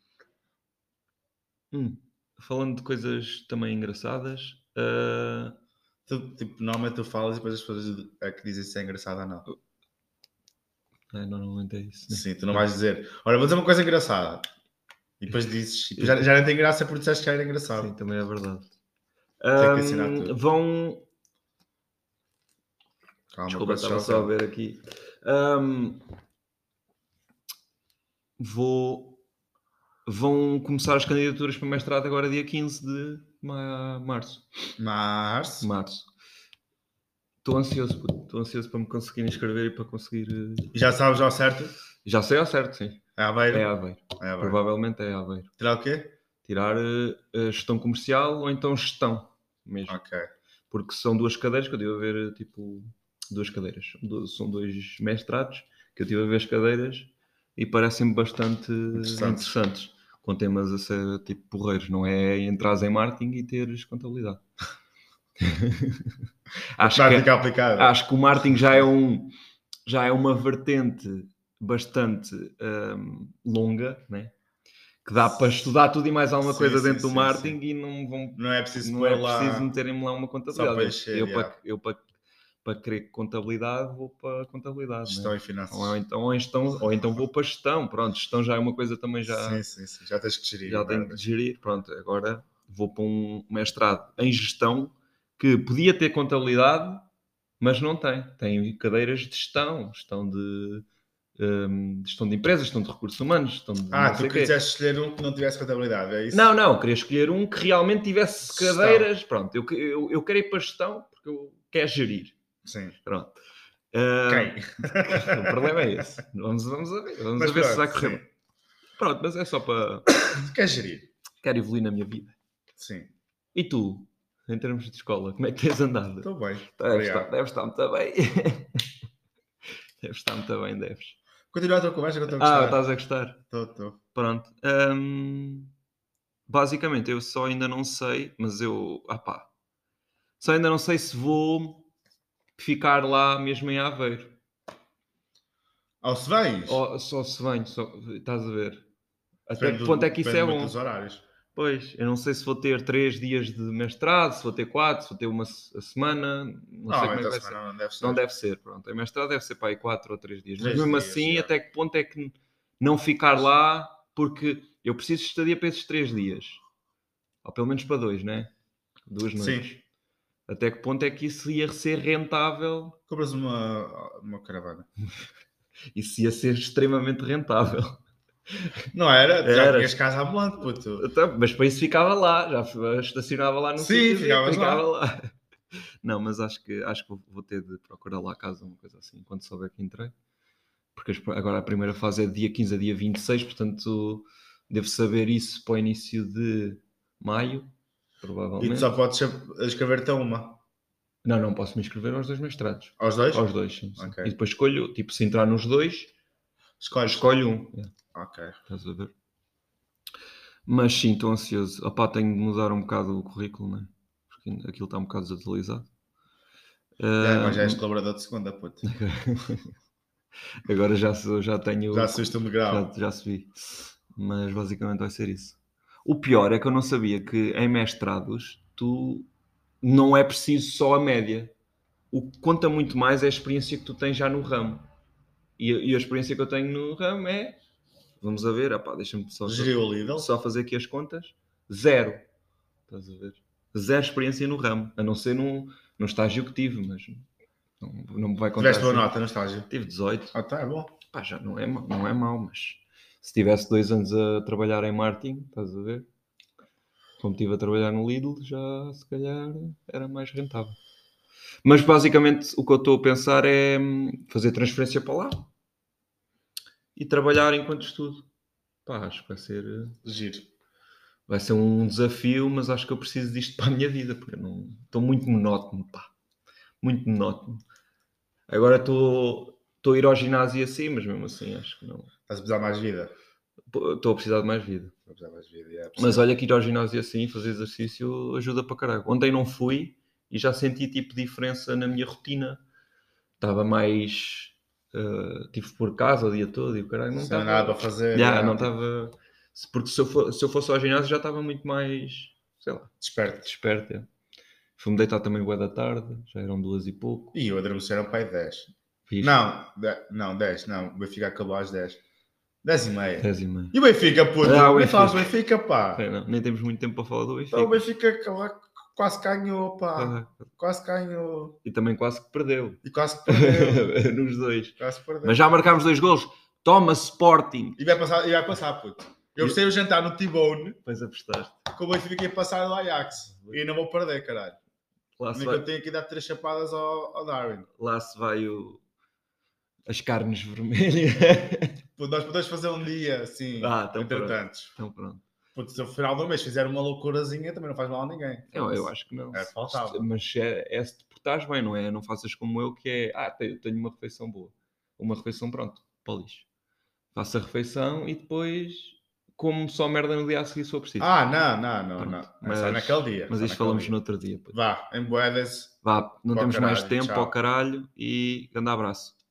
[SPEAKER 1] Hum, falando de coisas também engraçadas. ah,
[SPEAKER 2] Tu, tipo, normalmente tu falas e depois as pessoas é que dizem se é engraçado ou não.
[SPEAKER 1] ai, normalmente é isso. né?
[SPEAKER 2] Sim, tu não vais dizer, olha, vou dizer uma coisa engraçada. E depois dizes, e depois já, já não tem graça porque disseste que era engraçado.
[SPEAKER 1] Sim, Hum, também é verdade.
[SPEAKER 2] Tem que ensinar
[SPEAKER 1] Ahm,
[SPEAKER 2] tudo.
[SPEAKER 1] vão,
[SPEAKER 2] Calma,
[SPEAKER 1] Desculpa,
[SPEAKER 2] coisa
[SPEAKER 1] estava
[SPEAKER 2] choca.
[SPEAKER 1] só a ver aqui. Ahm, vou. Vão começar as candidaturas para mestrado agora, dia 15 de ma- março.
[SPEAKER 2] Mas,
[SPEAKER 1] março. Estou ansioso, puto. estou ansioso para me conseguir inscrever e para conseguir. eh,
[SPEAKER 2] já sabes ao certo?
[SPEAKER 1] Já sei ao certo, sim.
[SPEAKER 2] É Aveiro?
[SPEAKER 1] É
[SPEAKER 2] É,
[SPEAKER 1] Aveiro.
[SPEAKER 2] Aveiro.
[SPEAKER 1] Provavelmente é Aveiro.
[SPEAKER 2] Tirar o quê?
[SPEAKER 1] Tirar eh, eh, gestão comercial ou então gestão mesmo.
[SPEAKER 2] Ok.
[SPEAKER 1] porque são duas cadeiras que eu devo ver, tipo, duas cadeiras, Do- são dois mestrados que eu tive a ver as cadeiras e parecem bastante
[SPEAKER 2] Interessantes.
[SPEAKER 1] interessantes. com temas a ser tipo porreiros, não é entrares em marketing e teres contabilidade. acho, que,
[SPEAKER 2] Prática aplicada.
[SPEAKER 1] acho que o marketing já é, um, já é uma vertente bastante hum, longa, né? que dá para estudar tudo e mais alguma
[SPEAKER 2] Sim,
[SPEAKER 1] coisa
[SPEAKER 2] sim,
[SPEAKER 1] dentro do
[SPEAKER 2] sim,
[SPEAKER 1] marketing e não vão
[SPEAKER 2] não é preciso
[SPEAKER 1] não
[SPEAKER 2] pôr
[SPEAKER 1] é
[SPEAKER 2] lá.
[SPEAKER 1] preciso meterem-me lá uma contabilidade.
[SPEAKER 2] para
[SPEAKER 1] Eu-
[SPEAKER 2] encher,
[SPEAKER 1] eu,
[SPEAKER 2] yeah.
[SPEAKER 1] para, eu para, para querer contabilidade vou para contabilidade. né?
[SPEAKER 2] Gestão e finanças.
[SPEAKER 1] Ou, então, ou, então, ou então vou para gestão. Pronto, gestão já é uma coisa também já,
[SPEAKER 2] Sim, sim, sim. Já tens que gerir.
[SPEAKER 1] já tenho
[SPEAKER 2] merda.
[SPEAKER 1] que gerir. Pronto, agora vou para um mestrado em gestão que podia ter contabilidade, mas não tem. Tem cadeiras de gestão, gestão de. hum, gestão de empresas, gestão de recursos humanos, gestão de.
[SPEAKER 2] Ah,
[SPEAKER 1] não sei
[SPEAKER 2] tu
[SPEAKER 1] quê.
[SPEAKER 2] quiseste escolher um que não tivesse contabilidade, é isso?
[SPEAKER 1] Não, não, queria escolher um que realmente tivesse
[SPEAKER 2] Gestão.
[SPEAKER 1] cadeiras. Pronto, eu, que- eu, eu quero ir para gestão porque eu quero gerir.
[SPEAKER 2] Sim.
[SPEAKER 1] Pronto. Ah,
[SPEAKER 2] Quem?
[SPEAKER 1] O problema é esse. Vamos, vamos a ver, vamos
[SPEAKER 2] Mas
[SPEAKER 1] a ver se
[SPEAKER 2] pronto,
[SPEAKER 1] vai correr
[SPEAKER 2] sim.
[SPEAKER 1] bem. Pronto, mas é só para.
[SPEAKER 2] Tu queres gerir?
[SPEAKER 1] Quero evoluir na minha vida.
[SPEAKER 2] Sim.
[SPEAKER 1] E tu, em termos de escola, como é que tens andado?
[SPEAKER 2] Estou bem.
[SPEAKER 1] deves,
[SPEAKER 2] obrigado.
[SPEAKER 1] estar, deves estar muito bem. deves estar muito bem, deves.
[SPEAKER 2] Continua a tua conversa que eu estou a
[SPEAKER 1] Ah,
[SPEAKER 2] gostar.
[SPEAKER 1] estás a gostar.
[SPEAKER 2] Estou, estou.
[SPEAKER 1] Pronto. hum, basicamente, eu só ainda não sei, mas eu. Ah pá. Só ainda não sei se vou ficar lá mesmo em Aveiro.
[SPEAKER 2] Ao se vens?
[SPEAKER 1] Ou só se venho, só, estás a ver? Até
[SPEAKER 2] Depende
[SPEAKER 1] que
[SPEAKER 2] do-
[SPEAKER 1] ponto é que isso
[SPEAKER 2] depende
[SPEAKER 1] é
[SPEAKER 2] muito
[SPEAKER 1] bom?
[SPEAKER 2] dos horários.
[SPEAKER 1] Pois, eu não sei se vou ter três dias de mestrado, se vou ter quatro, se vou ter uma se- a semana, não, sei como é que
[SPEAKER 2] então
[SPEAKER 1] vai
[SPEAKER 2] se
[SPEAKER 1] ser.
[SPEAKER 2] não, não deve ser.
[SPEAKER 1] Não deve ser, pronto. Em mestrado deve ser para aí 4 ou 3 dias.
[SPEAKER 2] Três
[SPEAKER 1] Mas mesmo
[SPEAKER 2] dias,
[SPEAKER 1] assim,
[SPEAKER 2] já.
[SPEAKER 1] até que ponto é que n- não ficar lá, porque eu preciso de estadia para esses 3 dias. Ou pelo menos para dois, né? Duas noites.
[SPEAKER 2] Sim.
[SPEAKER 1] Até que ponto é que isso ia ser rentável?
[SPEAKER 2] Compras uma, uma caravana.
[SPEAKER 1] Isso ia ser extremamente rentável.
[SPEAKER 2] Não era? Já
[SPEAKER 1] Era.
[SPEAKER 2] tinhas casa ambulante, puto.
[SPEAKER 1] Então, mas para isso ficava lá, já f- eh, estacionava lá no
[SPEAKER 2] Sim,
[SPEAKER 1] sítio e
[SPEAKER 2] ficavas lá.
[SPEAKER 1] lá. Não, mas acho que, acho que vou- vou ter de procurar lá a casa, uma coisa assim, quando souber que entrei. Porque as- agora a primeira fase é de dia 15 a dia 26, portanto devo saber isso para o início de maio,
[SPEAKER 2] E tu
[SPEAKER 1] provavelmente.
[SPEAKER 2] só podes escrever-te a uma.
[SPEAKER 1] Não, não posso me inscrever aos dois mestrados.
[SPEAKER 2] Aos dois?
[SPEAKER 1] Aos dois, sim. sim.
[SPEAKER 2] Ok.
[SPEAKER 1] E depois escolho, tipo, se entrar nos dois,
[SPEAKER 2] Escolhes.
[SPEAKER 1] escolho um. É.
[SPEAKER 2] Ok.
[SPEAKER 1] Estás a ver? Mas sim, estou ansioso. Opá, tenho de mudar um bocado o currículo, né? Porque ainda- aquilo está um bocado desatualizado.
[SPEAKER 2] Já,
[SPEAKER 1] Ah,
[SPEAKER 2] mas já és colaborador de segunda, puto.
[SPEAKER 1] Agora já, sou- já tenho.
[SPEAKER 2] Já assiste um degrau.
[SPEAKER 1] já, já subi. Mas basicamente vai ser isso. O pior é que eu não sabia que em mestrados tu não é preciso só a média. O que conta muito mais é a experiência que tu tens já no ramo. E, a- e a experiência que eu tenho no ramo é. Vamos a ver, opá, deixa-me só.
[SPEAKER 2] Geriu o Lidl.
[SPEAKER 1] Então, Só fazer aqui as contas, zero. Estás a ver? Zero experiência no ramo, a não ser num, num estágio que tive, mas não, não me vai contar.
[SPEAKER 2] Tiveste boa
[SPEAKER 1] assim.
[SPEAKER 2] nota no estágio.
[SPEAKER 1] Tive 18.
[SPEAKER 2] Ah, tá, é bom.
[SPEAKER 1] Pá, já não é, mau- não é mau, mas se tivesse dois anos a trabalhar em marketing, estás a ver? Como estive a trabalhar no Lidl, já se calhar era mais rentável. Mas basicamente o que eu estou a pensar é hum, fazer transferência para lá e trabalhar enquanto estudo. Pá, acho que vai ser. eh,
[SPEAKER 2] Giro.
[SPEAKER 1] vai ser um desafio, mas acho que eu preciso disto para a minha vida, porque eu não estou muito monótono, pá. Muito monótono. Agora estou estou a ir ao ginásio assim, mas mesmo assim acho que não.
[SPEAKER 2] Estás a precisar mais vida.
[SPEAKER 1] Pô, Estou a precisar de mais vida.
[SPEAKER 2] Estás a precisar mais vida. é,
[SPEAKER 1] Mas olha que ir ao ginásio assim e fazer exercício ajuda para caralho. Ontem não fui e já senti tipo diferença na minha rotina. Estava mais. eh, tive por casa o dia todo e o caralho não
[SPEAKER 2] Não tem
[SPEAKER 1] estava.
[SPEAKER 2] nada para fazer.
[SPEAKER 1] Já,
[SPEAKER 2] é,
[SPEAKER 1] não estava. se- Porque se eu, for- se eu fosse ao ginásio já estava muito mais. Sei lá.
[SPEAKER 2] Desperto.
[SPEAKER 1] desperta. é. Fui-me deitar também boa da tarde, já eram duas e pouco.
[SPEAKER 2] E eu adormeceram para aí 10.
[SPEAKER 1] Fiz
[SPEAKER 2] Não, de- não, 10, não. O Benfica acabou às 10. 10 e meia.
[SPEAKER 1] dez e meia.
[SPEAKER 2] E o Benfica, puto?
[SPEAKER 1] Ah, É. o
[SPEAKER 2] Nem falas do Benfica,
[SPEAKER 1] Benfica.
[SPEAKER 2] pá.
[SPEAKER 1] É, não, nem temos muito tempo para falar do Benfica.
[SPEAKER 2] Então o Benfica tá. lá, quase ganhou, pá.
[SPEAKER 1] Ah,
[SPEAKER 2] Quase ganhou.
[SPEAKER 1] e também quase que perdeu.
[SPEAKER 2] E quase que perdeu.
[SPEAKER 1] Nos dois.
[SPEAKER 2] quase perdeu.
[SPEAKER 1] Mas já marcámos dois golos. Toma Sporting.
[SPEAKER 2] E vai passar, e vai passar puto. Eu
[SPEAKER 1] E-
[SPEAKER 2] gostei de jantar no T-Bone
[SPEAKER 1] Depois apostaste.
[SPEAKER 2] com o Benfica a passar do Ajax. E não vou perder, caralho.
[SPEAKER 1] Lá se
[SPEAKER 2] Também que eu
[SPEAKER 1] vai,
[SPEAKER 2] tenho aqui dar três chapadas ao, ao Darwin.
[SPEAKER 1] lá se vai o... as carnes vermelhas.
[SPEAKER 2] Puto, nós podemos fazer um dia assim,
[SPEAKER 1] Ah, então
[SPEAKER 2] entre
[SPEAKER 1] pronto.
[SPEAKER 2] tantos.
[SPEAKER 1] então pronto.
[SPEAKER 2] Puto, se no final do mês fizer uma loucurazinha, também não faz mal a ninguém.
[SPEAKER 1] Eu, eu acho que não.
[SPEAKER 2] É, faltava.
[SPEAKER 1] Mas é, é se te portares bem, não é? Não faças como eu, que é. Ah, te- eu tenho uma refeição boa. uma refeição, pronto, para o lixo. Faço a refeição e depois como só merda no dia a seguir se for preciso.
[SPEAKER 2] Ah, não, não, não,
[SPEAKER 1] Pronto,
[SPEAKER 2] não. É
[SPEAKER 1] mas-
[SPEAKER 2] só naquele dia.
[SPEAKER 1] Mas
[SPEAKER 2] só
[SPEAKER 1] isto
[SPEAKER 2] naquele
[SPEAKER 1] falamos
[SPEAKER 2] dia.
[SPEAKER 1] no outro dia. puto.
[SPEAKER 2] Vá, em boedas.
[SPEAKER 1] Vá, não
[SPEAKER 2] Pá,
[SPEAKER 1] temos mais
[SPEAKER 2] caralho,
[SPEAKER 1] tempo,
[SPEAKER 2] tchau.
[SPEAKER 1] ao caralho, e grande abraço.